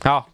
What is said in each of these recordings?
好，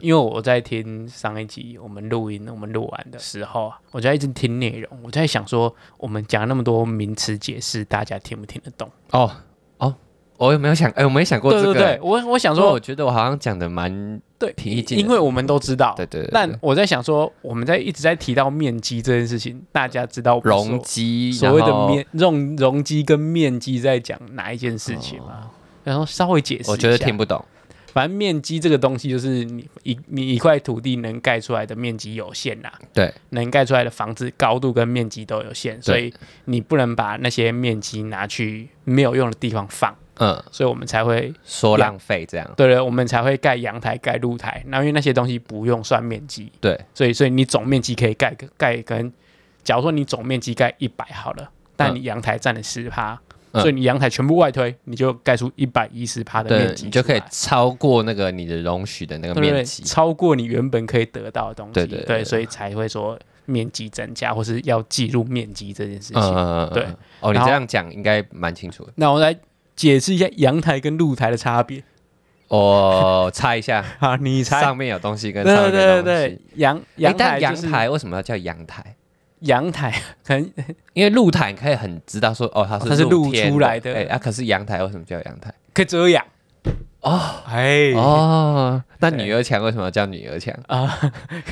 因为我在听上一集我们录音，我们录完的时候啊，我就在一直听内容，我在想说，我们讲那么多名词解释，大家听不听得懂？哦哦，我有没有想？哎、我没想过这对个、对对，我我想想说，说我，觉得我好像讲的蛮……对，平易近人因为我们都知道。对对对但我在想说，我们在一直在提到面积这件事情，大家知道我们所容积所谓然的后面容容积跟面积在讲哪一件事情嘛？然后稍微解释一下，哦我觉得听不懂。反正面积这个东西就是你一你一块土地能盖出来的面积有限啊呐、对，能盖出来的房子高度跟面积都有限，所以你不能把那些面积拿去没有用的地方放，嗯，所以我们才会说呀浪费这样。对了，我们才会盖阳台、盖露台，那因为那些东西不用算面积，对，所以所以你总面积可以盖个盖跟，假如说你总面积盖一百好了，但你阳台占了十趴，嗯所以你阳台全部外推，你就盖出一百一十趴的面对，积，你就可以超过那个你的容许的那个对不对面积。超过你原本可以得到的东西，对对对对所以才会说面积增加，或是要记录面积这件事情。嗯嗯嗯，对嗯。哦，你然后这样讲应该蛮清楚的。那我来解释一下阳台跟露台的差别我 猜一下，啊，你猜？上面有东西跟对上面对没对有东对西。，阳哎阳但台阳就是台为什么要叫阳台？阳台，可能因为露台你可以很知道说，哦，它是它是露天出来的哎，啊，可是阳台为什么叫阳台？可以遮阳哦，哎哦，那对女儿墙为什么要叫女儿墙？啊，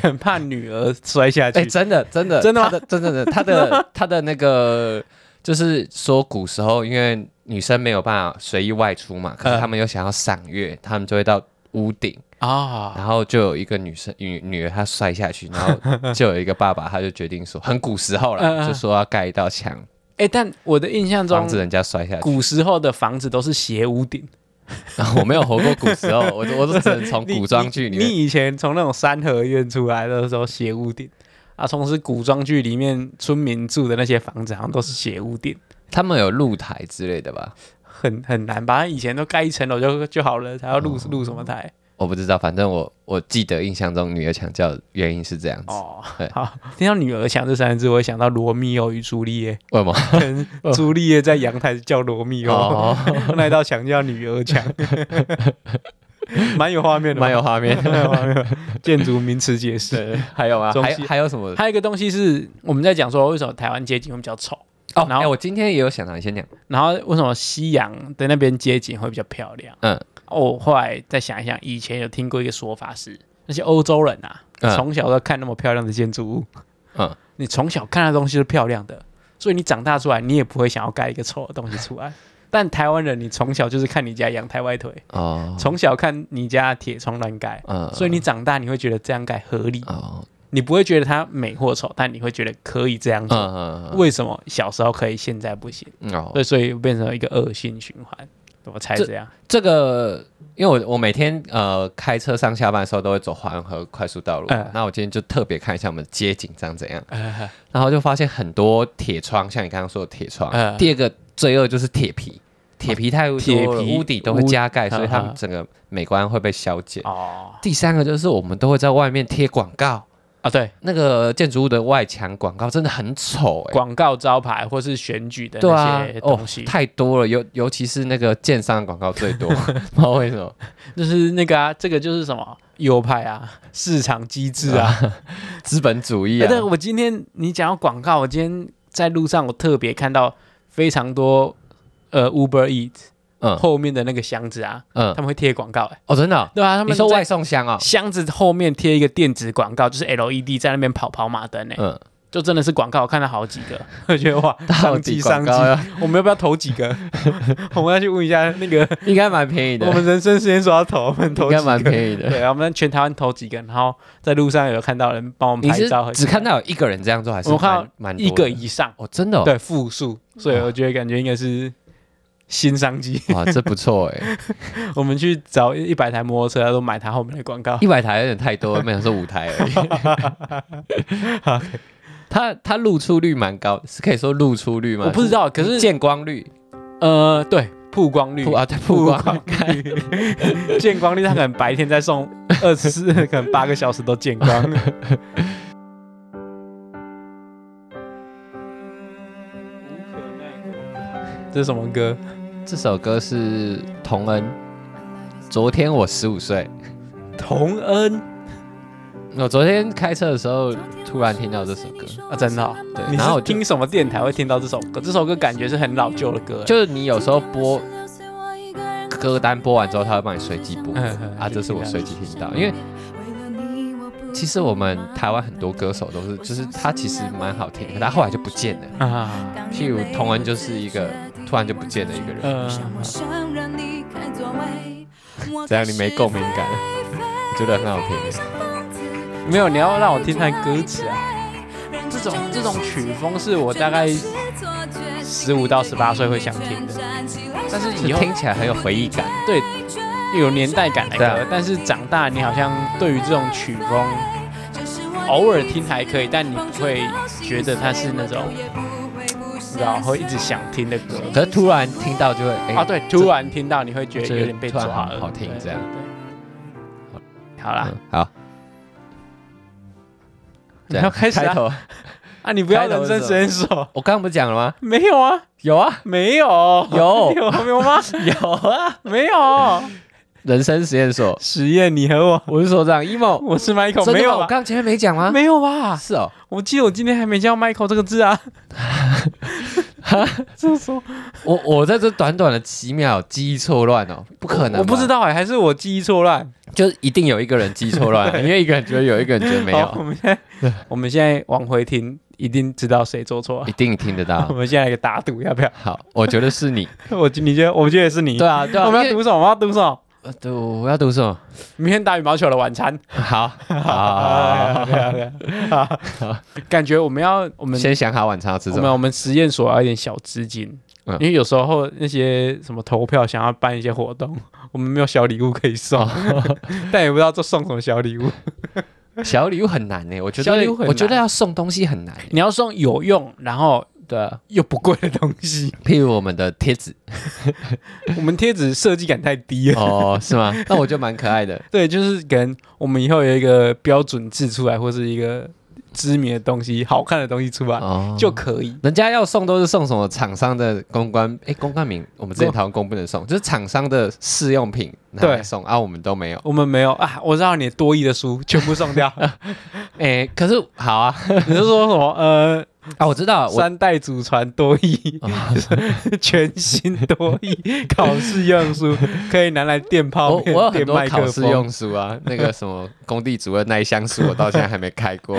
很怕女儿摔下哎、去。真的，真的，真的吗他的真的的，他 的他的那个，就是说古时候，因为女生没有办法随意外出嘛，可是嗯他们又想要赏月，他们就会到屋顶，啊，然后就有一个女生女女儿她摔下去，然后就有一个爸爸，他就决定说，很古时候嗯嗯啦，就说要盖一道墙，哎，但我的印象防中止，人家摔下去。古时候的房子都是斜屋顶， 我没有活过古时候，我我都只能从 你古装剧里你面。你以前从那种三合院出来的时候，斜屋顶啊，从是古装剧里面村民住的那些房子，好像都是斜屋顶，他们有露台之类的吧？很很难吧？以前都盖一层楼就就好了，还要录录什么台？我不知道，反正我我记得印象中女儿墙叫原因是这样子。哦对，好，听到女儿墙这三个字，我会想到罗密欧与朱丽叶，为什么？跟朱丽叶在阳台叫罗密欧，哦， 那一道墙叫女儿墙，蛮有画面的吧， 蛮有画面。蛮有画面的，建筑名词解释。 对，还有吗？中还西还有什么？还有一个东西是我们在讲说为什么台湾街景会比较丑哦，然然后后我今天也有想到，你先讲。然后为什么西洋的那边街景会比较漂亮？哦嗯，我后来再想一想，以前有听过一个说法是，那些欧洲人啊，嗯从小都看那么漂亮的建筑物，嗯，你从小看的东西是漂亮的，所以你长大出来，你也不会想要盖一个丑的东西出 来。但台湾人，你从小就是看你家阳台外推，哦，从小看你家铁窗乱盖，嗯所以你长大你会觉得这样盖合理，哦，你不会觉得它美或丑，但你会觉得可以这样嗯做。嗯为什么小时候可以，现在不行？嗯哦，对，所以变成一个恶性循环。我猜这 样，这个，因为我我每天呃开车上下班的时候都会走环河快速道路嗯，那我今天就特别看一下我们街景长怎样，哦然后就发现很多铁窗，像你刚刚说的铁窗嗯。第二个罪恶就是铁皮。哦铁皮太多了铁皮屋顶都会加盖，屋所以它嗯嗯们整个美观会被消减。哦第三个就是我们都会在外面贴广告，啊，对，那个建筑物的外墙广告真的很丑哎、广告招牌或是选举的对啊那些，哦东西，，太多了，尤尤其是那个建商的广 告最多，不知道为什么。就是那个啊，这个就是什么右派啊， 市场机制啊。资本主义哎啊，对，我今天你讲到广告，我今天在路上我特别看到非常多呃 Uber Eat 嗯后面的那个箱子啊，嗯他，们会贴广告，哎，哦，真的哦、对啊，他你们说在外送 箱啊、哦？箱子后面贴一个电子广告，就是 LED 在那边跑跑马灯哎。嗯，就真的是广告，我看了好几 个，我觉得哇，到商机底商广机告，要 我们要不要投几 个？我们要去问一下那个，应该蛮便宜的我，们人生实验所要投，我们投应几该蛮个？便宜的。对，我们全台湾投几个，然后在路上有看到人帮我们你拍是照，只看到有一个人这样做，还是我看到蛮蛮多一个的以上，哦，真的、哦，啊对复数，所以我觉得感觉应该是新商 机。哇，这不错哎，我们去找一百台摩托车，都买它后面的广告。 一百台有点太多，没想说五台而 已。它它露出率蛮高，是可以说露出率吗？我不知道，可是见光率，呃，对，曝光率 曝啊对曝曝光 光率， 见光率，他可能白天在送二十四，可能八个小时都见光。这是什么歌？这首歌是童恩。昨天我十五岁，童恩我昨天开车的时候突然听到这首歌，啊，真的哦、对你然后我是就听什么电台会听到这首歌？这首歌感觉是很老旧的歌，就是你有时候播歌歌单单播播完完之之后，后，它他会帮会帮你你随随机机播播嗯嗯啊，这是我随机听到，因为其其实实我我们们台台湾湾很很多多歌歌手都手都是，是，就就是是他他其其实实蛮蛮好好听听的，的，可他可他后后来来就就不不见见了。了。啊，譬譬如如童童文文就就是是一一个个突突然然就就不不见见的的一一个个人人。嗯，怎怎样样你你没没共共鸣鸣感感？我我觉觉得很得很好好听听。没有，你要让我听他看的歌歌词词啊。啊，这种这种这这种种曲曲风风是是我我大大概概十十五五到到十十八八岁岁会会想想听听的的，但但是是以就后听起来很有回忆感。对有年代感的对啊歌，但是长大你好像对于这种曲风偶尔听还可以，但你不会觉得它是那种你知道会一直想听的歌。可是突然听到就会，哎、啊，对，突然听到你会觉得有点被抓突然了，好好听对这样。对对好啦，嗯好，你要开始开啊？头。啊，你不要开头人生是实什么验所？我刚刚不是讲了吗？没有啊，有啊，没有，有有有 吗？有啊，没有。人生实 验所，实验你和我，我是所长 emo，我是真 Michael，的吗没有我吧？刚刚前面没讲吗？没有啊吧？是哦，我记得我今天还没叫 Michael 这个字 啊。这说我我在这短短的几秒记忆错乱哦，不可能，我不知，道哎，还是我记忆错乱？就是一定有一个人记忆错乱啊， 因为一个人觉得有，一个人觉得没好有我，们现 在我们现在往回听，一定知道谁做错一。定听得我到。们现在来个打赌，要不要？好，我觉得是你。我觉你觉得，我觉得也是 你。对啊，对啊，我们要因为赌什么？我们要赌什么？呃对，我要读什么？明天打羽毛球的晚餐。 啊好，啊好，感觉我们要我们先想好晚餐要吃我什们么。我们实验所要有点小资金，嗯因为有时候那些什么投票想要办一些活动， 我们没有小礼物可以送，哦 但也不知道这送什么小礼物。小礼物很难呢，我觉小礼得物很难我觉得要送东西很难欸。你要送有用，然后对啊，又不贵的东西，譬如我们的贴纸 我们贴纸设计感太低了。哦，是 吗？那我觉得蛮可爱 的。对，就是可能我们以后有一个标准制出来，或是一个知名的东西、好看的东西出来、哦，就可以。人家要送都是送什么厂商的公关，哎，公关名我们之前公讨论公不能送，就是厂商的试用品拿来对送啊，我们都没有。我们没有啊，我知道你的多益的书全部送 掉。哎，可是好啊你是说什么？呃，啊，我知道，我啊三代祖传多艺， 全新多 艺考试用书，可以拿来电泡我面、我有很电多麦考克试风，用书 啊，那个什么工地主任那一箱书，我 到现在还没开过。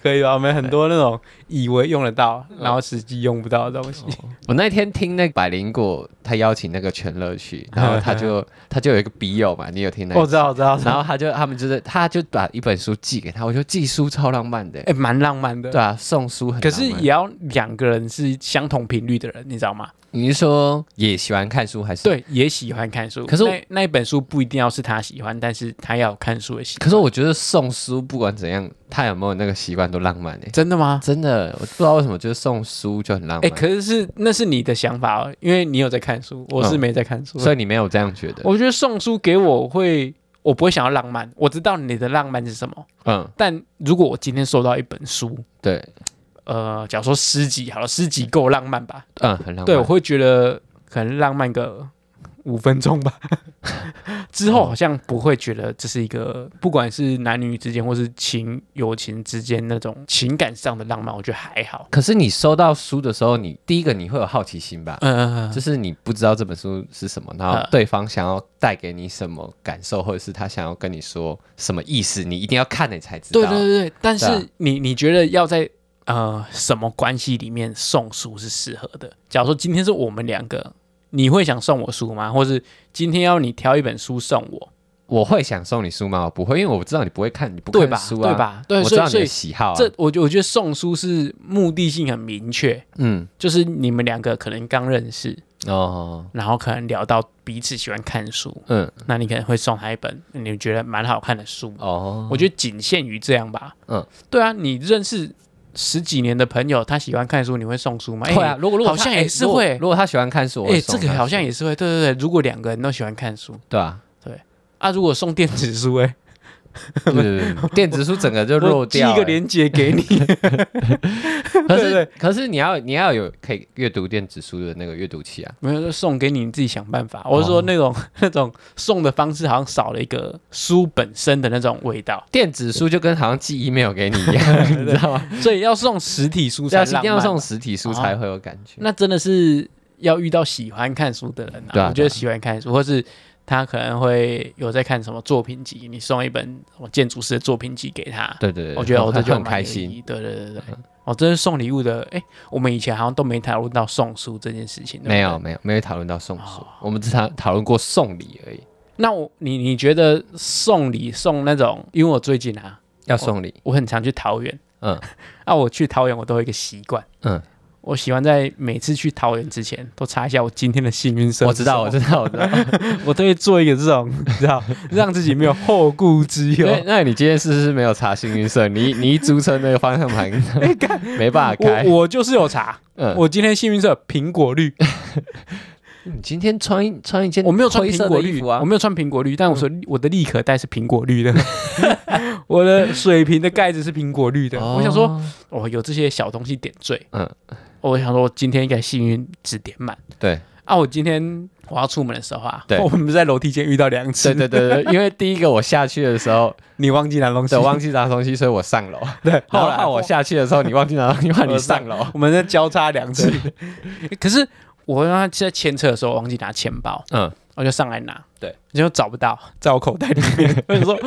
可以吧？我们很多那种以为用得哦到，然后实际用不到的东西。我那天听那百灵果，他邀请那个全乐曲，然后他 就他就有一个笔友嘛，你有听那一集？我知道，我知 道，我知然道后他就他们就是他就把一本书寄给他，我觉得寄书超浪漫的、哎，蛮浪漫的。对啊，送书很可浪漫。是也要两个人是相同频率的人，你知道吗？你是说也喜欢看书还是？，对，也喜欢看书。可是我那那一本书不一定要是他喜欢，但是他要有看书的习惯。可是我觉得送书不管怎样，他有没有那个习惯都浪漫哎、真的吗？真的，我不知道为什么，就是送书就很浪哎，漫。可是是那是你的想法哦，因为你有在看书，我是嗯没在看书的。所以你没有这样觉得？我觉得送书给我会，我不会想要浪漫。我知道你的浪漫是什么，嗯，但如果我今天收到一本书，对，呃，假如说诗集好了，诗集够浪漫吧？嗯，很浪漫。对，我会觉得可能浪漫个五分钟吧。 之后好像不会觉得这是一个，不管是男女之间，或是情友情之间那种情感上的浪漫，我觉得还好。可是你收到书的时候，你第一个你会有好奇心吧？嗯嗯嗯，就是你不知道这本书是什么，然后对方想要带给你什么感受，或者是他想要跟你说什么意思，你一定要看了你才知道。对对对对，但对啊是你你觉得要在呃什么关系里面送书是适合的？假如说今天是我们两个，你会想送我书吗？或是今天要你挑一本书送我，我会想送你书吗？我不会，因为我知道你不会看，你不对看吧？书啊，对？吧？对，我所知道以你所的以喜好、啊。这我觉我觉得送书是目的性很明确，嗯就是你们两个可能刚认识，哦然后可能聊到彼此喜欢看书，嗯那你可能会送他一本你觉得蛮好看的书，哦，我觉得仅限于这样吧。嗯嗯，对啊，你认识十几年的朋友，他喜欢看书，你会送书吗？哎会啊。如果如果好他像哎也是如果会如果他喜欢看书，我哎、会这送个他好像书也是会，对对对。如果两个人都喜欢看书对啊。啊，如果送电子书、哎，对对对，电子书整个就我弱寄掉、一个欸链接给 你，可对是可是你要你要有可以阅读电子书的那个阅读器啊，没有就送给你，你自己想办法。我是说哦那种那种送的方式，好像少了一个书本身的那种味道，电子书就跟好像寄 email 给你一 样，你知道吗？所以要送实体书才要浪啊一漫定要送嘛实体书才会有感觉。那真的是要遇到喜欢看书的人啊！对啊我觉得对啊喜欢看书，或是他可能会有在看什么作品集，你送一本什么建筑师的作品集给他，对对对，我觉得我这很就很蛮开有心嗯意。义。对对对对，哦，这是送礼物的。哎，我们以前好像都没讨论到送书这件事情，对不对没有。没有没有讨论到送书哦，我们只讨讨论过送礼而已。那我你你觉得送礼送那种？因为我最近啊，要送礼，我很常去桃园， 嗯，啊，我去桃园我都有一个习惯，嗯，我喜欢在每次去桃园之前都查一下我今天的幸运色。我知道我知道我知道。 我都会做一个这种， 你知道，让自己没有后顾之忧。那那你今天是不是没有查幸运色？你 你一租车那个方向 盘没办法开我。我就是有查，嗯，我今天幸运色苹果绿，你今天穿一穿一件我没有穿灰苹色果的绿衣服啊嗯我，没有穿苹果绿，但我说我的立可带是苹果绿 的，我的水瓶的盖子是苹果绿的。我想说，哦，哦，有这些小东西点缀，嗯，我想说我今天应该幸运只点满对啊！我今天我要出门的时候啊，对我们在楼梯间遇到两次，对对对对，因为第一个我下去的时 候，你忘记拿东西，对，忘记拿东西，所以我上 楼。对，后后来来我下去的时候，你忘记拿 东西，换你上楼。 我们在交叉两次。可是我让他在牵车的时候，我忘记拿钱包，嗯，我就上来拿，对，结果找不到，在我口袋里面。 我就说，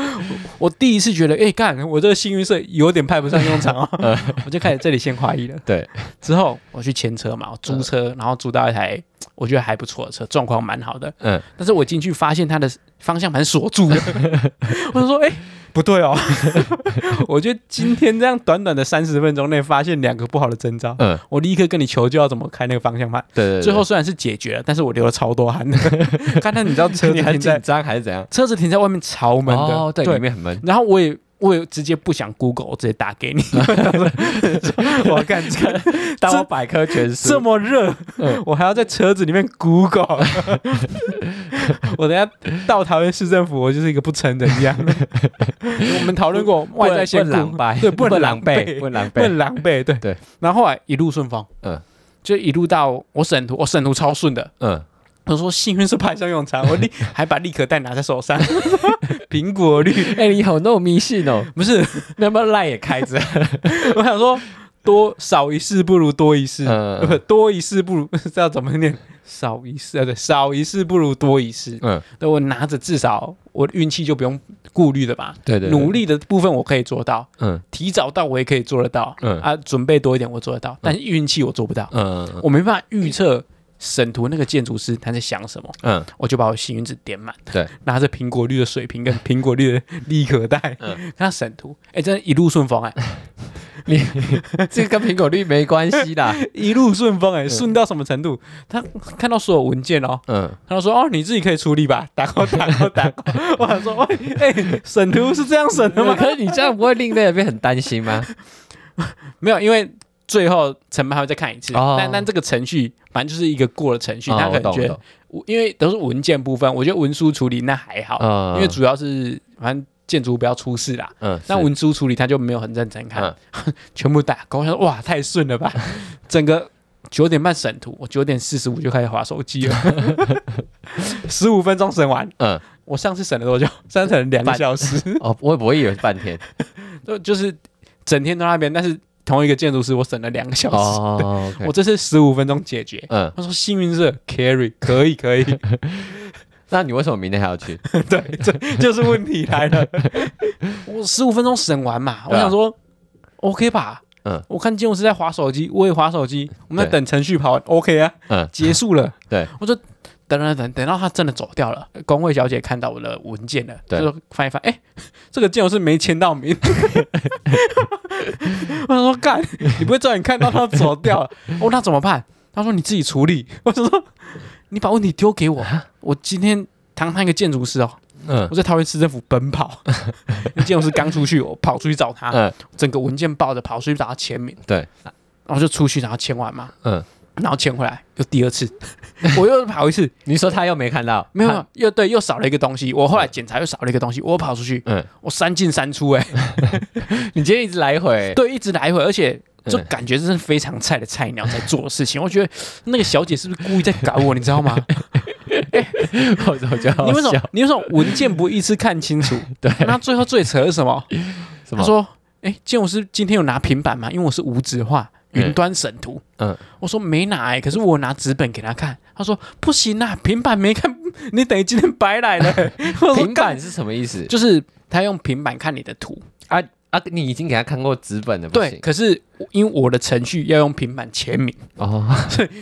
我第一次觉得，哎、干，我这个幸运色有点派不上用场 哦，我就开始这里先怀疑了。嗯对，之后我去牵车嘛，我租车，然后租到一台我觉得还不错的车，状况蛮好的。嗯，但是我进去发现它的方向盘锁 住了，我就说，哎、不对哦， 我觉得今天这样短短的三十分钟内发现两个不好的征兆，嗯，我立刻跟你求救要怎么开那个方向盘。对对对。最后虽然是解决了，但是我流了超多汗。 刚 才你知道车子你很停紧在张还是怎样？车子停在外面超闷的，哦，对，里面很闷。然后我也我也直接不想 Google，我直接打 给你。 我干这当我百科全这书，么热， 我还要在车子里面 Google。我等下到桃园市政府，我就是一个不成人样。 我们讨论过外在先不能狼狈，对，不不能能狼狼狈，狈不，能狼不能狈。狼狈，对对。然后后来一路顺风，嗯就一路到我省图，我省图超顺的，嗯，他说幸运是派上用 场，我立还把立可带拿在手上， 苹果绿哎，你好那么迷信哦，不是，那么赖也开着。 我想说多少一事不如多一事，嗯呃不 多一事不如这要怎么念？少一事啊，对，少一事不如多一事。嗯，对我拿着至少我的运气就不用顾虑了吧？对对，对努。力的部分我可以做到，嗯提早到我也可以做得到，嗯啊，准备多一点我做得到，但是运气我做不到，嗯嗯我没办法预测省图那个建筑师他在想什么。嗯，我就把我幸运值点满，对，拿着苹果绿的水嗯瓶跟苹果绿的立可带，跟他省图，哎、真的一路顺风哎、 嗯 这跟苹果绿没关系啦。一路顺风哎、顺到什么程度？他看到所有文件哦， 嗯，他就说哦，你自己可以处理吧， 打勾打勾打勾， 我想说，喂哎、省图是这样省的吗？ 可是你这样不会令那边很担心 吗？ 没有，因为最后承办还会再看一次，哦但但这个程序反正就是一个过的程序，他哦可我能懂觉我得懂，因为都是文件部分，我觉得文书处理那还好，嗯因为主要是反正建筑不要出事啦，嗯，那是文书处理他就没有很认真看，嗯全部打勾。我想说哇，太顺了 吧！整个九点半审图，我九点四十五就开始划手机 了，十五分钟审完。嗯我上次审了多久？上次审了两个半小时， 哦，我我以为半天就就是整天都在那边。但是同一个建筑师，我审了两个小时， 哦我这次十五分钟解决。嗯，他说幸运色 carry 可以 可以，那你为什么明天还要 去？ 对，这就是问题来 了。我十五分钟审完嘛，我对啊想说 OK 吧，嗯我看建筑师在划手机，我也划手机，我们在对等程序跑完 OK 啊，嗯结束了。 对，我就等等等等到他真的走掉了，工会小姐看到我的文件了，就对说翻一翻，哎、 这个建筑师没签到 名。 我想说干，你不会叫你看到他走掉 了？哦，那怎么办？他说你自己处理。 我就说你把问题丢给我，啊我今天堂堂一个建筑师哦，嗯我在桃园市政府奔 跑，因为建筑师刚出去，我跑出去找他，嗯整个文件抱着跑出去找他签名，对，然后就出去然后签完嘛，嗯然后潜回来又第二 次，我又跑一次，啊你说他又没啊看到，没他有，又对，又少了一个东西。我后来检查又少了一个东西，我跑出 去，嗯，我三进三出、哎，你今天一直来 回，对，一直来回，而且就嗯感觉这是非常菜的菜鸟在做的事 情。我觉得那个小姐是不是故意在搞我，你知 道吗？我我觉得好你为什么笑，你为什么文件不一次看清 楚？对，那最后最扯的是什么？什他么？说：“哎，建武师今天有拿平板吗？因为我是无纸化嗯云端审图。”嗯我说没拿哎、可是我拿纸本给他看。他说不行啊，平板没看， 你等于今天白来了。 我说平干板是什么意思？就是他用平板看你的图，啊啊，你已经给他看过纸本的，不对。行可是我因为我的程序要用平板签名，哦，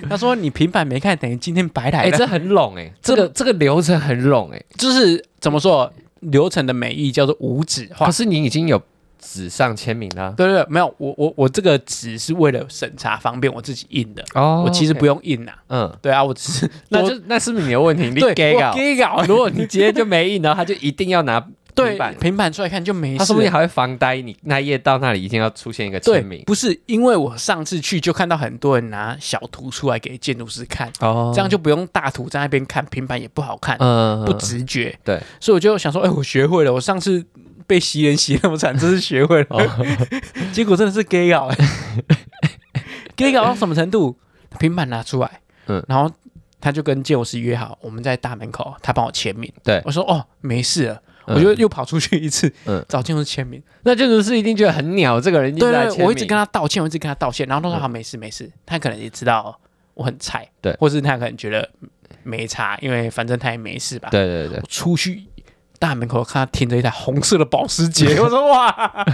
他说你平板没看，等于今天白来哎，了。这很拢哎，这 个这个流程很拢哎，就是怎么说流程的美意叫做无纸化可。是你已经有纸上签名啦。对对对，没有我我我这个纸是为了审查方便我自己印的，哦我其实不用，用印呐、嗯，对啊，我只是那多就那是不是你的问题？你对给我搞，给搞，如果你今天就没印，然后他就一定要拿 对平板，平板出来看就没事了。 他说不定还会防呆，你那一页到那里一定要出现一个对签，名不是因为我上次去就看到很多人拿小图出来给建筑师看，哦这样就不用大图在那边看，平板也不好看，嗯不直觉。对，所以我就想说，哎、我学会了。我上次被袭人袭那么惨，这次学会了，哦 结果真的是 gay 搞、欸、，gay 搞到什么程度？平板拿出来，嗯然后他就跟建筑师约好，我们在大门口，他帮我签名。对我说哦，没事了。嗯我就又跑出去一次，嗯 找建筑师签名。那建筑师一定觉得很鸟，这个人一直对在对，签名，我一直跟他道歉，我一直跟他道歉，然后他说嗯好没事没事，他可能也知道我很菜，对或是他可能觉得没差，因为反正他也没事吧。，对对对我，出去大门口看他停着一台红色的保时捷，我说 哇，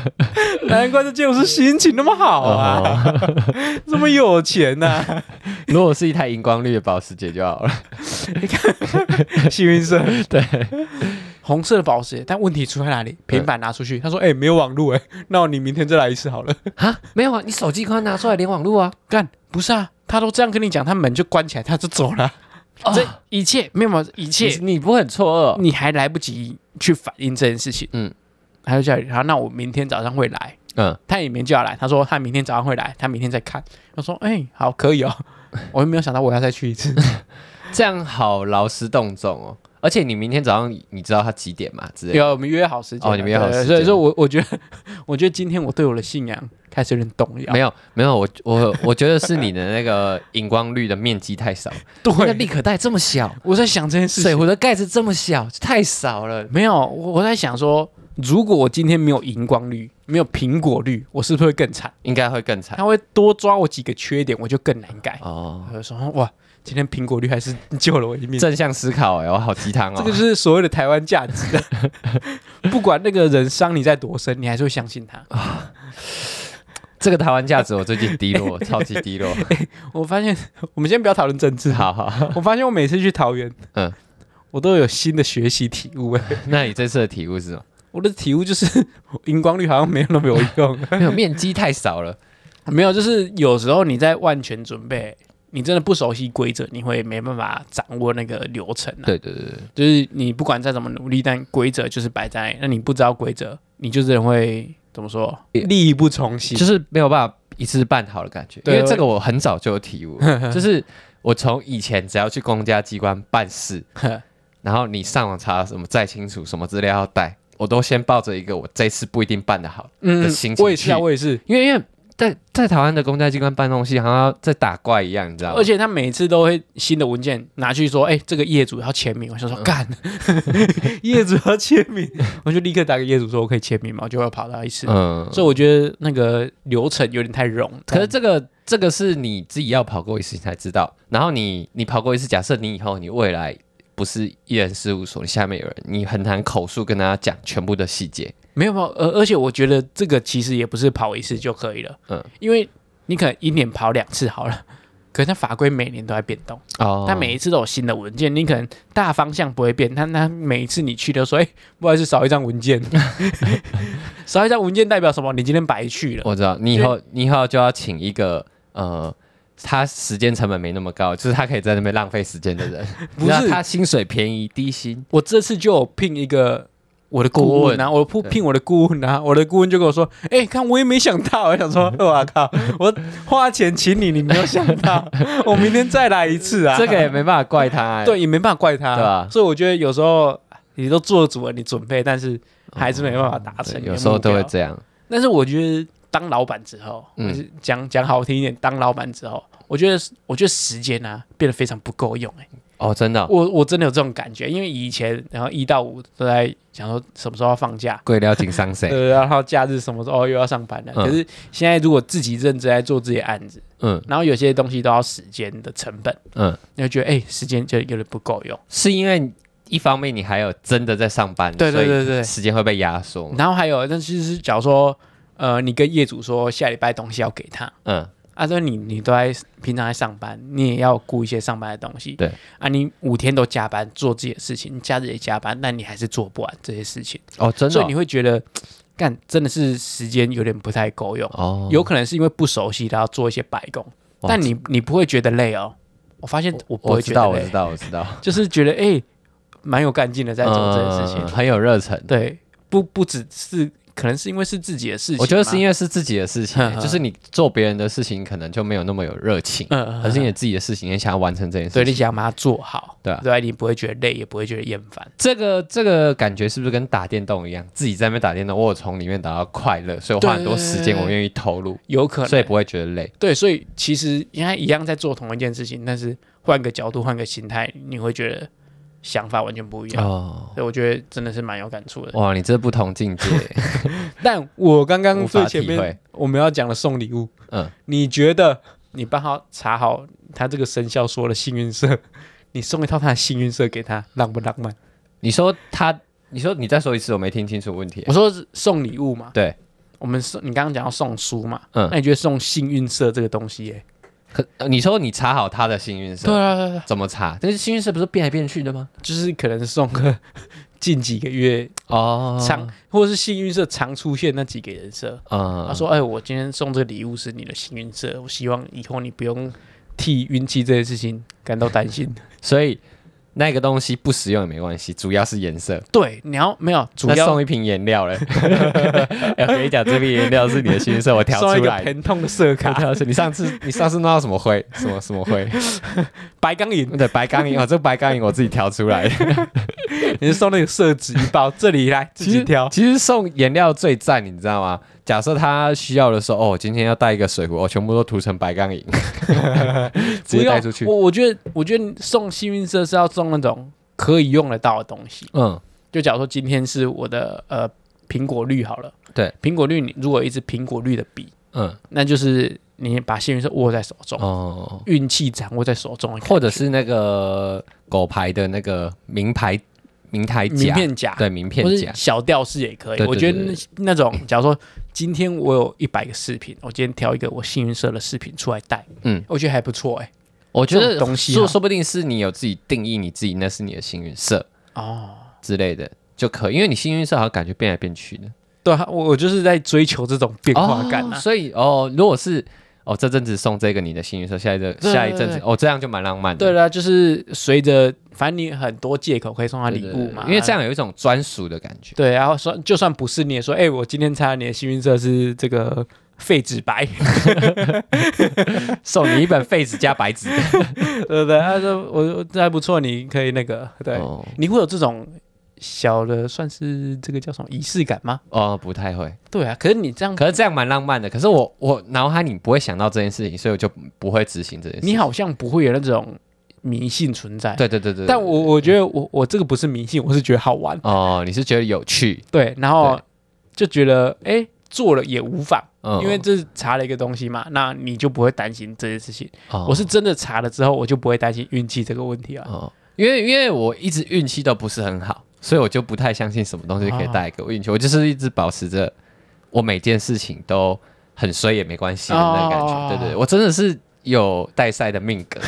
难怪这建筑师心情那么好啊，哦， 这么有钱呐、 如果是一台荧光绿的保时捷就好了。幸运色对，红色的保时捷，但问题出在哪里？平板拿出去，他说哎、没有网路哎、那你明天再来一次好了。啊，没有啊，你手机快拿出来连网络啊！干，不是啊，他都这样跟你讲，他门就关起来，他就走了。这一切没有没有一切哦你你不会很错愕？哦你还来不及去反应这件事情，嗯嗯，他就叫你，好，那我明天早上会来，嗯，他也没叫来，他说他明天早上会来，他明天再看，我说，哎、好，可以哦， 我又没有想到我要再去一次，这样好劳师动众哦。而且你明天早上你知道他几点吗？之类的有我们约好时间了，哦你们约好对时间所以说我我觉得，我觉得今天我对我的信仰开始有点动摇，没有没有，我我我觉得是你的那个荧光绿的面积太少， 那个对，立可带这么小，我在想这件事水情，壶的盖子这么小，太少了。没有，我我在想说，如果我今天没有荧光绿，没有苹果绿，我是不是会更惨？应该会更惨他会多抓我几个缺点，我就更难改。哦我。就说哇，今天苹果绿还是救了我一命。正向思考哎、我好鸡汤这哦个就。是所谓的台湾价值， 不管那个人伤你在多深，你还是会相信他。啊这个台湾价值我最近低 落，超级低落。我发现，我们先不要讨论政治。好好，我发现我每次去桃园，嗯嗯，我都有新的学习体悟。哎，那你这次的体悟是什么？我的体悟就是荧光绿好像没有那么有用。没有面积太少了。啊没有，就是有时候你在万全准备，你真的不熟悉规则，你会没办法掌握那个流程、啊。对对对对，就是你不管再怎么努力，但规则就是摆在，那你不知道规则，你就真的会怎么说？力不从心就是没有办法一次办好的感觉。因对为这个我很早就有体悟 了，就是我从以前只要去公家机关 办事，然后你上网查什么再清楚，什么资料要带，我都先抱着一个我这次不一定办得好的心情去。我也是啊，我也是。因为因为在在台湾的公家机关办东西，好像在打怪一样，你知道吗？而且他每次都会新的文件拿去说，哎、这个业主要签名。我嗯想说，干， 业主要签名，我就立刻打给业主说，我可以签名吗？我就要跑到一次。嗯，所以我觉得那个流程有点太冗。可是这个这个是你自己要跑过一次你才知道，然后你你跑过一次，假设你以后你未来不是艺人事务所，你下面有人，你很难口述跟大家讲全部的细节。没有没有，而、而且我觉得这个其实也不是跑一次就可以了，嗯嗯，因为你可能一年跑两次好了， 可是它法规每年都在变动，哦它每一次都有新的文件，你可能大方向不会变，但它每一次你去都说，哎、不好意思，少一张文 件，少一张文件代表什么？你今天白去了，我知道，你以后你以后就要请一个呃。他时间成本没那么高，就是他可以在那边浪费时间的人。 不是 你知道他薪水便宜低薪，我这次就有聘一个。我的顾顾问问啊，我聘对聘我的顾问啊，我的顾问就跟我说，哎、看我也没想到，我想说，哇靠，我花钱请你，你没有想 到，我明天再来一次啊，这个也没办法怪他、欸。对，也没办法怪他，对啊所以我觉得有时候你都做足了你准备，但是还是没办法达成、哦对，有时候都会。这样。但是我觉得当老板之后，嗯我是讲讲好听一点，当老板之后，我觉得我觉得时间啊变得非常不够用、欸，哦，真的哦、我我真的有这种感觉，因为以前然后一到五都在想说什么时候要放假，贵料紧伤 谁？呃，然后假日什么时候哦又要上班了。嗯可是现在如果自己认真在做自己的案子，嗯然后有些东西都要时间的成本，嗯，你就觉得哎、时间就有点不够用。是因为一方面你还有真的在上班，对对对对所以时间会被压缩嘛。然后还有，但其实是假如说呃你跟业主说下礼拜东西要给他。嗯，啊，说你你都在平常在上班，你也要顾一些上班的东西。对啊，你五天都加班做自己的事情，假日也加班，但你还是做不完这些事情。哦，真的所以哦、你会觉得，干真的是时间有点不太够用，哦，有可能是因为不熟悉，然后做一些白工，哇但你你不会觉得累哦。我发现我不我会知觉道，得我累知，道，我知道，就是觉得哎，蛮、有干劲的在做这件事情。嗯很有热忱。对，不不只是可能是因为是自己的事情嘛，我觉得是因为为是自己的事情、嗯 嗯就是你做别人的事情，可能就没有那么有热情，嗯嗯嗯而是你自己的事情，你想要完成这件对事你情。想把它做好，对啊对，你不会觉得累，也不会觉得厌烦。这个这个感觉是不是跟打电动一样？自己在那边打电动，我有从里面达到快乐，所以我花很多时对间，我愿意投入，有可能，所以不会觉得累。对，所以其实应该一样在做同一件事情，但是换个角度、换个心态，你会觉得想法完全不一样。哦，所以我觉得真的是蛮有感触的。哇，你这不同境 界。但我刚刚无法最前体面会我们要讲的送礼物，嗯，你觉得你帮他查好他这个生肖说的幸运色，你送一套他的幸运色给他，浪不浪漫？你说他，你说你再说一次，我没听清楚问题我。说是送礼物嘛，对，我们送你刚刚讲要送书嘛，嗯那你觉得送幸运色这个东西、耶？可呃你说你查好他的幸运色，啊，对啊，怎么查？但是幸运色不是变来变去的吗？就是可能送个近几个月哦常，或者是幸运色常出现那几个颜色。嗯他说：“哎，我今天送这个礼物是你的幸运色，我希望以后你不用替运气这件事情感到担心。 所以那个东西不实用也没关系，主要是颜色。对，你要没有主那要送一瓶颜料嘞， 哎我跟你讲，这瓶颜料是你的新色，我调送一出个来的。疼痛的色我 卡，调出你上次你上次弄到什么灰？什么什么灰？ 白钢银，对，白钢银哦，这白钢银我自己调出来的。 你是送那个色纸一包，这里来自其己实挑。其实送颜料最赞，你知道吗？假设他需要的时候，哦，我今天要带一个水壶，我全部都涂成白钢银， 直接带出去不。用我我觉得，我觉得送幸运色是要送那种可以用得到的东西。嗯，就假如说今天是我的呃苹果绿好了，对，苹果绿，你如果有一支苹果绿的笔，嗯，那就是你把幸运色握在手中，哦，运气掌握在手中的感觉，或者是那个狗牌的那个名牌名牌名夹，片夹，对，名或片是夹，小吊饰也可以。对对我觉得对那对那种，假如说今天我有一百个饰品，我今天挑一个我幸运色的饰品出来戴，嗯，我觉得还不错哎、我觉这得种东西啊说说不定是你有自己定义你自己，那是你的幸运色哦，之类的就可以，因为你幸运色好像感觉变来变去的对啊，我我就是在追求这种变化感哦啊。所以哦，如果是哦这阵子送这个你的幸运色，下一阵对下一阵子对哦这样就蛮浪漫的。对啦，就是随着，反正你很多借口可以送他对礼对物对嘛，因为这样有一种专属的感 觉。对，然后说就算不是你也说，哎、我今天猜你的幸运色是这个废纸白， 送你一本废纸加白纸，对不对？他说我这还不错，你可以那个，对，哦你会有这种小的算是这个叫什么仪式感吗？哦，不太会。对啊，可是你这样，可是这样蛮浪漫的。可是我我脑海里不会想到这件事情，所以我就不会执行这件事。你，好像不会有那种迷信存在。，对对对对。但对我我觉得我我这个不是迷信，我是觉得好玩。哦，你是觉得有趣，对，然后对就觉得哎、做了也无妨，嗯，因为这是查了一个东西嘛，那你就不会担心这件事情。哦我是真的查了之后，我就不会担心运气这个问题啊。哦，因为因为我一直运气都不是很好，所以我就不太相信什么东西可以哦带给我运气。我就是一直保持着我每件事情都很衰也没关系的那个感觉。哦对对对，我真的是有带赛的命 格，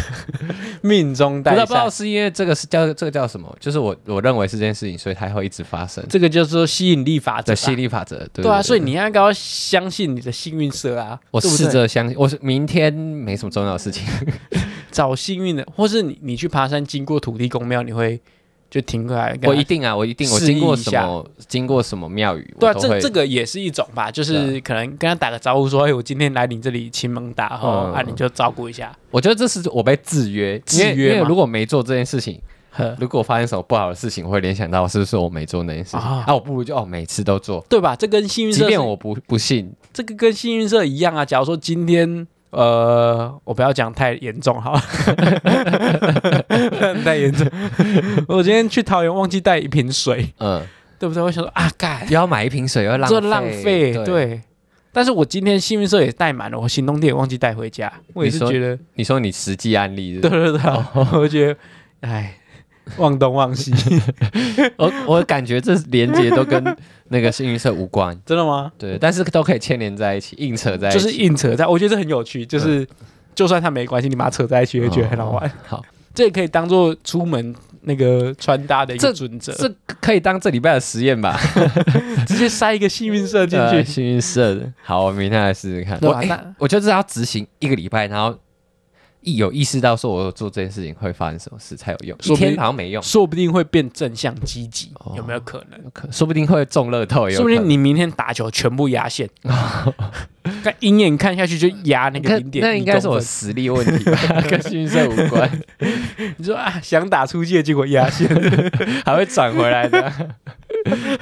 命中不带知道不知赛道，是因为这个是叫这个叫什么？就是我我认为是这件事情，所以它会一直发 生。这个就是说吸引力法则的吧。吸力法则，啊对对啊，所以对你应该要相信你的幸运色啊。我对不试对着相信，我是明天没什么重要的事情，找幸运的，或是你你去爬山经过土地公庙，你会就停下来跟他。 我一定啊，我一定， 我示意经过一什下么，经过什么庙宇，对啊，我都这会这个也是一种吧，就对啊是可能跟他打个招呼说：“哎，我今天来你这里亲蒙打后、嗯啊，你就照顾一下。我觉得这是我被制约，制约因为因为吗如果没做这件事情，呵”如果发生什么不好的事情，我会联想到是不是我没做那件事情啊啊我不如就哦每次都做，对吧？这跟幸运即色是，便我不不信，这个跟幸运色一样啊。假如说今天，呃，我不要讲太严重 好了，太严重。我今天去桃园忘记带一瓶水，嗯，对不对？我想说啊，干又，要买一瓶水，又要浪这费，浪费，对。对。但是我今天幸运色也带满了，我行动电也忘记带回家，我也你是说哦觉得，你说你实际案例是对不是，对对，我觉得，哎，忘东忘 西，我我感觉这连接都跟那个幸运色无关，真的吗？ 对，但是都可以牵连在一起，硬扯在一起，就是硬扯在，我觉得这很有趣，就是、就算它没关系，你把它扯在一起，也觉得很好玩。哦。好，这也可以当做出门那个穿搭的一个准则，这可以当这礼拜的实验吧，直接塞一个幸运色进 呃去，幸运色的。好，我明天来试试看。对我吧？诶那我觉得这要执行一个礼拜，然后一有意识到说我有做这件事情会发生什么事才有用，说一不定天好像没用，说不定会变正向积极，哦有没有可能？可说不定会中乐透，说不定你明天打球全部压 线，看鹰眼看下去就压那你个看零点，那应该是我实力问题吧，跟幸运色无关，你说啊，想打出界，结果压线，还会转回来的，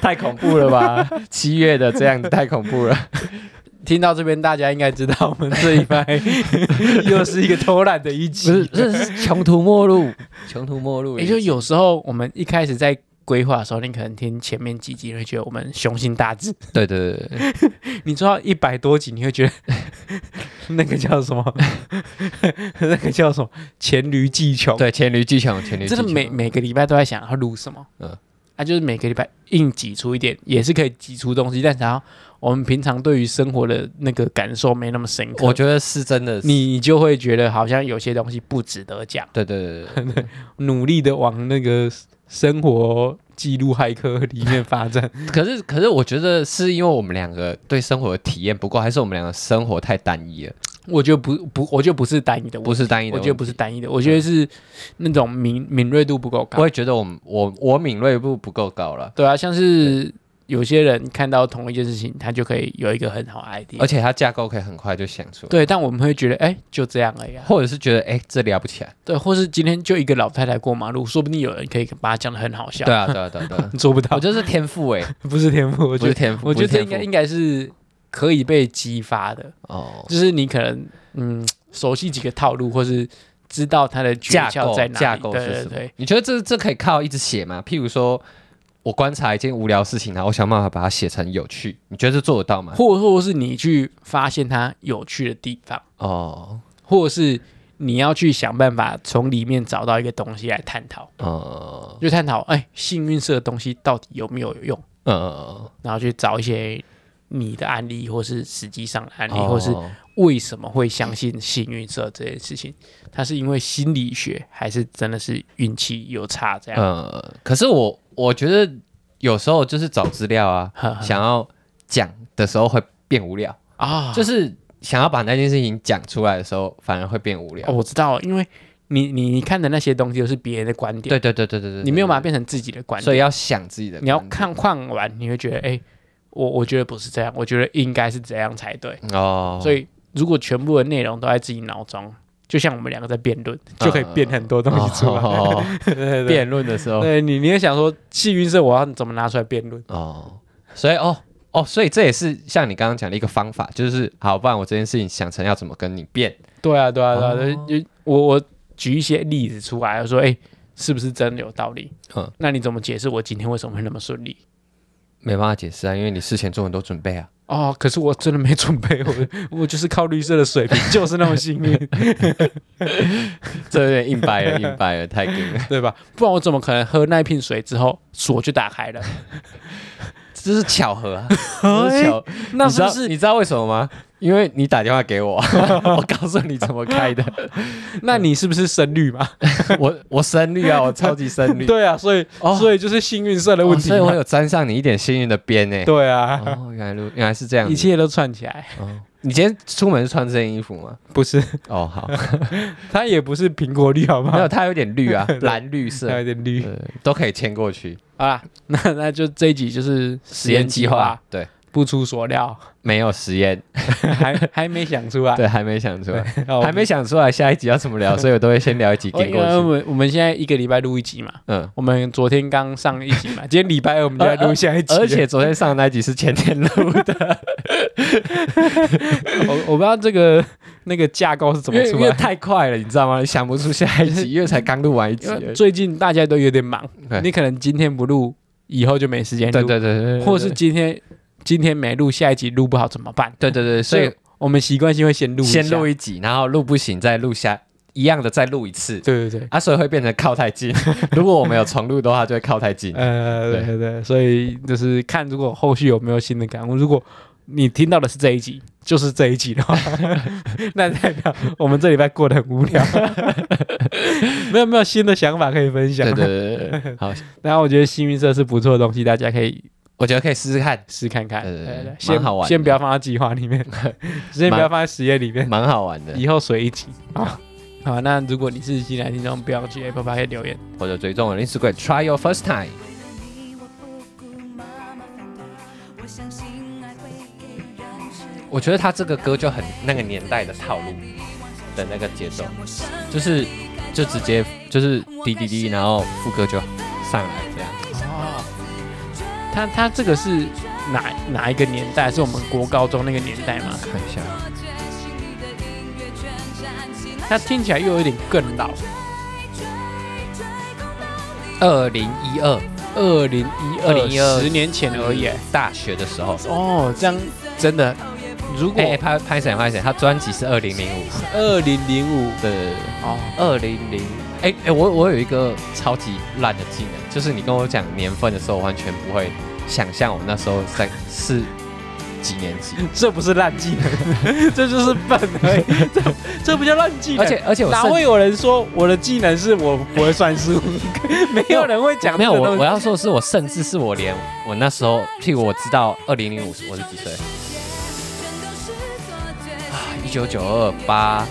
太恐怖了吧？七月的这样子太恐怖了， 听到这边，大家应该知道我们这一 拜又是一个偷懒的一不是，集。这是穷途末路，穷途末路。也就有时候我们一开始在规划的时候，你可能听前面几集会觉得我们雄心大志，对对对对，你做到一百多集，你会 觉得那个叫什么？ 那个叫什么？黔驴技穷。对黔驴技穷，黔驴技真的穷每每个礼拜都在想要录什么，嗯嗯，啊，就是每个礼拜硬挤出一点，也是可以挤出东西，但是要我们平常对于生活的那个感受没那么深刻，我觉得是真的是，你就会觉得好像有些东西不值得讲，对对对对对，努力的往那个生活记录骇客里面发展，可是，可是我觉得是因为我们两个对生活的体验不够，还是我们两个生活太单一了， 我觉得不不，我觉得不是单一的问题，不是单一的我问觉题。嗯得不是单一的，我觉得是那种敏敏锐度不够高我，也觉得我们我我敏锐度不够高了，对啊，像是有些人看到同一件事情，他就可以有一个很好的 idea，而且它架构可以很快就想出来，对，但我们会觉得，哎、就这样而已、啊。或者是觉得哎、这聊不起来，对，或是今天就一个老太太过马路，说不定有人可以把她讲得很好笑。对，啊对啊对啊 ，对啊做不我到，觉得是天赋哎、不是天赋。我不觉是得，天赋，我觉得不这是应该天赋应该是可以被激发的，哦，就是你可能嗯熟悉几个套路，或是知道它的诀架窍构在哪里。架构对是对什么对，？你觉得这这可以靠一直写吗？譬如说。我观察一件无聊事情，然后我想办法把它写成有趣，你觉得这做得到吗？或或是你去发现它有趣的地方，哦，或者是你要去想办法从里面找到一个东西来探讨，呃，就探讨哎幸运色的东西到底有没有用。呃，然后去找一些你的案例，或是实际上的案例，哦或是为什么会相信幸运色这件事情，它是因为心理学，还是真的是运气有差这样？呃，可是我我觉得有时候就是找资料 啊，呵呵想要讲的时候会变无聊，啊，、就是是想要把那件事情讲出来的时候，反而会变无聊。哦、我知道，因为你你你看的那些东西都是别人的观点，对对对对对对，你没有把它对变成自己的观对所以点，要想自己的观你要点，看看完，你会觉得，哎、我我觉得不是这样，我觉得应该是这样才对。哦，所以如果全部的内容都在自己脑中，就像我们两个在辩论，就可以变很多东西出来。哦 对对对辩论的时候对你，你也想说幸运色，我要怎么拿出来辩论？哦，所以哦。哦，所以这也是像你刚刚讲的一个方法，就是好，不然我这件事情想成要怎么跟你辩，对啊，对啊，对啊哦，就、我我举一些例子出来，我说，哎、是不是真的有道理？嗯那你怎么解释我今天为什么会那么顺利？没办法解释啊，因为你事前做很多 准备啊。哦，可是我真的没准备，我我就是靠绿色的水平，就是那么幸运，这有点硬掰了，硬掰了，太硬了。对吧？不然我怎么可能喝那一瓶水之后锁就打开了？这是巧 合啊，这是巧。哎那你知是不道是？你知道为什么吗？因为你打电话 给我，我告诉你怎么开的。那你是不是深绿嘛？我我深绿啊，我超级深绿。对啊，所以、哦所以就是幸运色的哦问题所嘛、以我有沾上你一点幸运的边呢。欸对啊，哦，原来如原来是这样一子。切都串起来。哦，你今天出门是穿这件衣 服吗？不是，哦，好，它也不是苹果绿，好不 没有，好？它有点 绿啊，蓝绿色它，有点绿。对，都可以牵过去。好啦， 那那就这一集就是实验计划，，对，不出所料，没有实验， 还还没想出来，对，还没想出来，哦好还没想出来下一集要怎么 聊，所以我都会先聊一集我给因过为我去。们我们现在一个礼拜录一集嘛，嗯，我们昨天刚上一集嘛，今天礼拜二我们就来录下一集了，而且昨天上的那一集是前天录的， 我我不知道这个那个架构是怎因么为出因为来的。太快了，你知道吗？想不出下一 集，因为才刚录完一集因而为已。最近大家都有点忙，对你可能今天不录，以后就没时间录，对对对对对，对或是今天今天没录，下一集录不好怎么办？对对对，所所以以我们习惯性会先录，先录一下，一集，然后录不行再录下一样的再录一次，对对对，啊，所以会变成靠太 近。如果我们有重录的话，就会靠太近。呃，对对对对，所以就是看如果后续有没有新的感悟。如果你听到的是这一集，就是这一集的 话，那代表我们这礼拜过得很无 聊，没有没有新的想法可以分享。对对对对对对，好，然后我觉得幸运色是不错的东西，大家可以我觉得可以试试看，试看看。对对对蛮先好玩的先不要放到计划里面， 先不要放在实验里面，蛮好玩的。以后随一集啊。 好，那如果你是新来听众，不要去 Apple p o d c 留言。或者追踪我的 Instagram try your first time。你我不顾妈妈反对，我相信爱会给人是我觉得他这个歌就很那个年代的套路的那个节奏，就是就直接就是滴滴滴，然后副歌就上来这样。哦，他他这个是哪哪一个年代？是我们国高中那个年代吗？看一下，它听起来又有点更老，二零一二二零一2012十年前而已。大学的时候，哦，这样真的，如哎、果欸，拍拍谁拍谁，他专辑是二零零五，二零零五对对对。哦，二零零，哎哎，我我有一个超级烂的技能，就是你跟我讲年份的时候，我完全不会想象我那时候在是几年级，这不是烂技能， 这就是笨而已， 这这不叫烂技能。而且而且我哪甚会有人说我的技能是我不会算 数？没有人会讲没有这个我东西我要说的是，我甚至是我连我那时候，譬如我知道二零零五我是几岁，一九九二八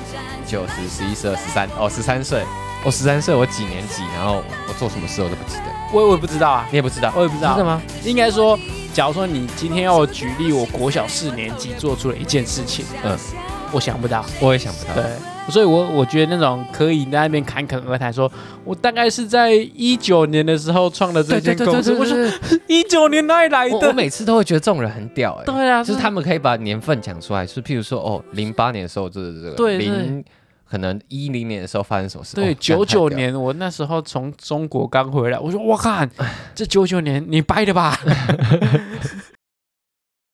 九十十一十二十三哦十三岁，我十三岁我几年级，然后我做什么事我都不记得，我我也不知道啊，你也不知道，我也不知道真的吗？应该说，假如说你今天要我举例，我国小四年级做出了一件事情，嗯，我想不到。我也想不到，对，所以我我觉得那种可以在那边侃侃而谈说，我大概是在一九年的时候创的这间公司，我说对一九年哪里来我我的？每次都会觉得这种人很屌哎、对啊，就是他们可以把年份讲出来，是譬如说哦，零八年的时候这这个，对对零可能一零年的时候发生什么 事，对哦九九，干太屌了年我那时候从中国刚回来，我说我看这九九年你掰的吧？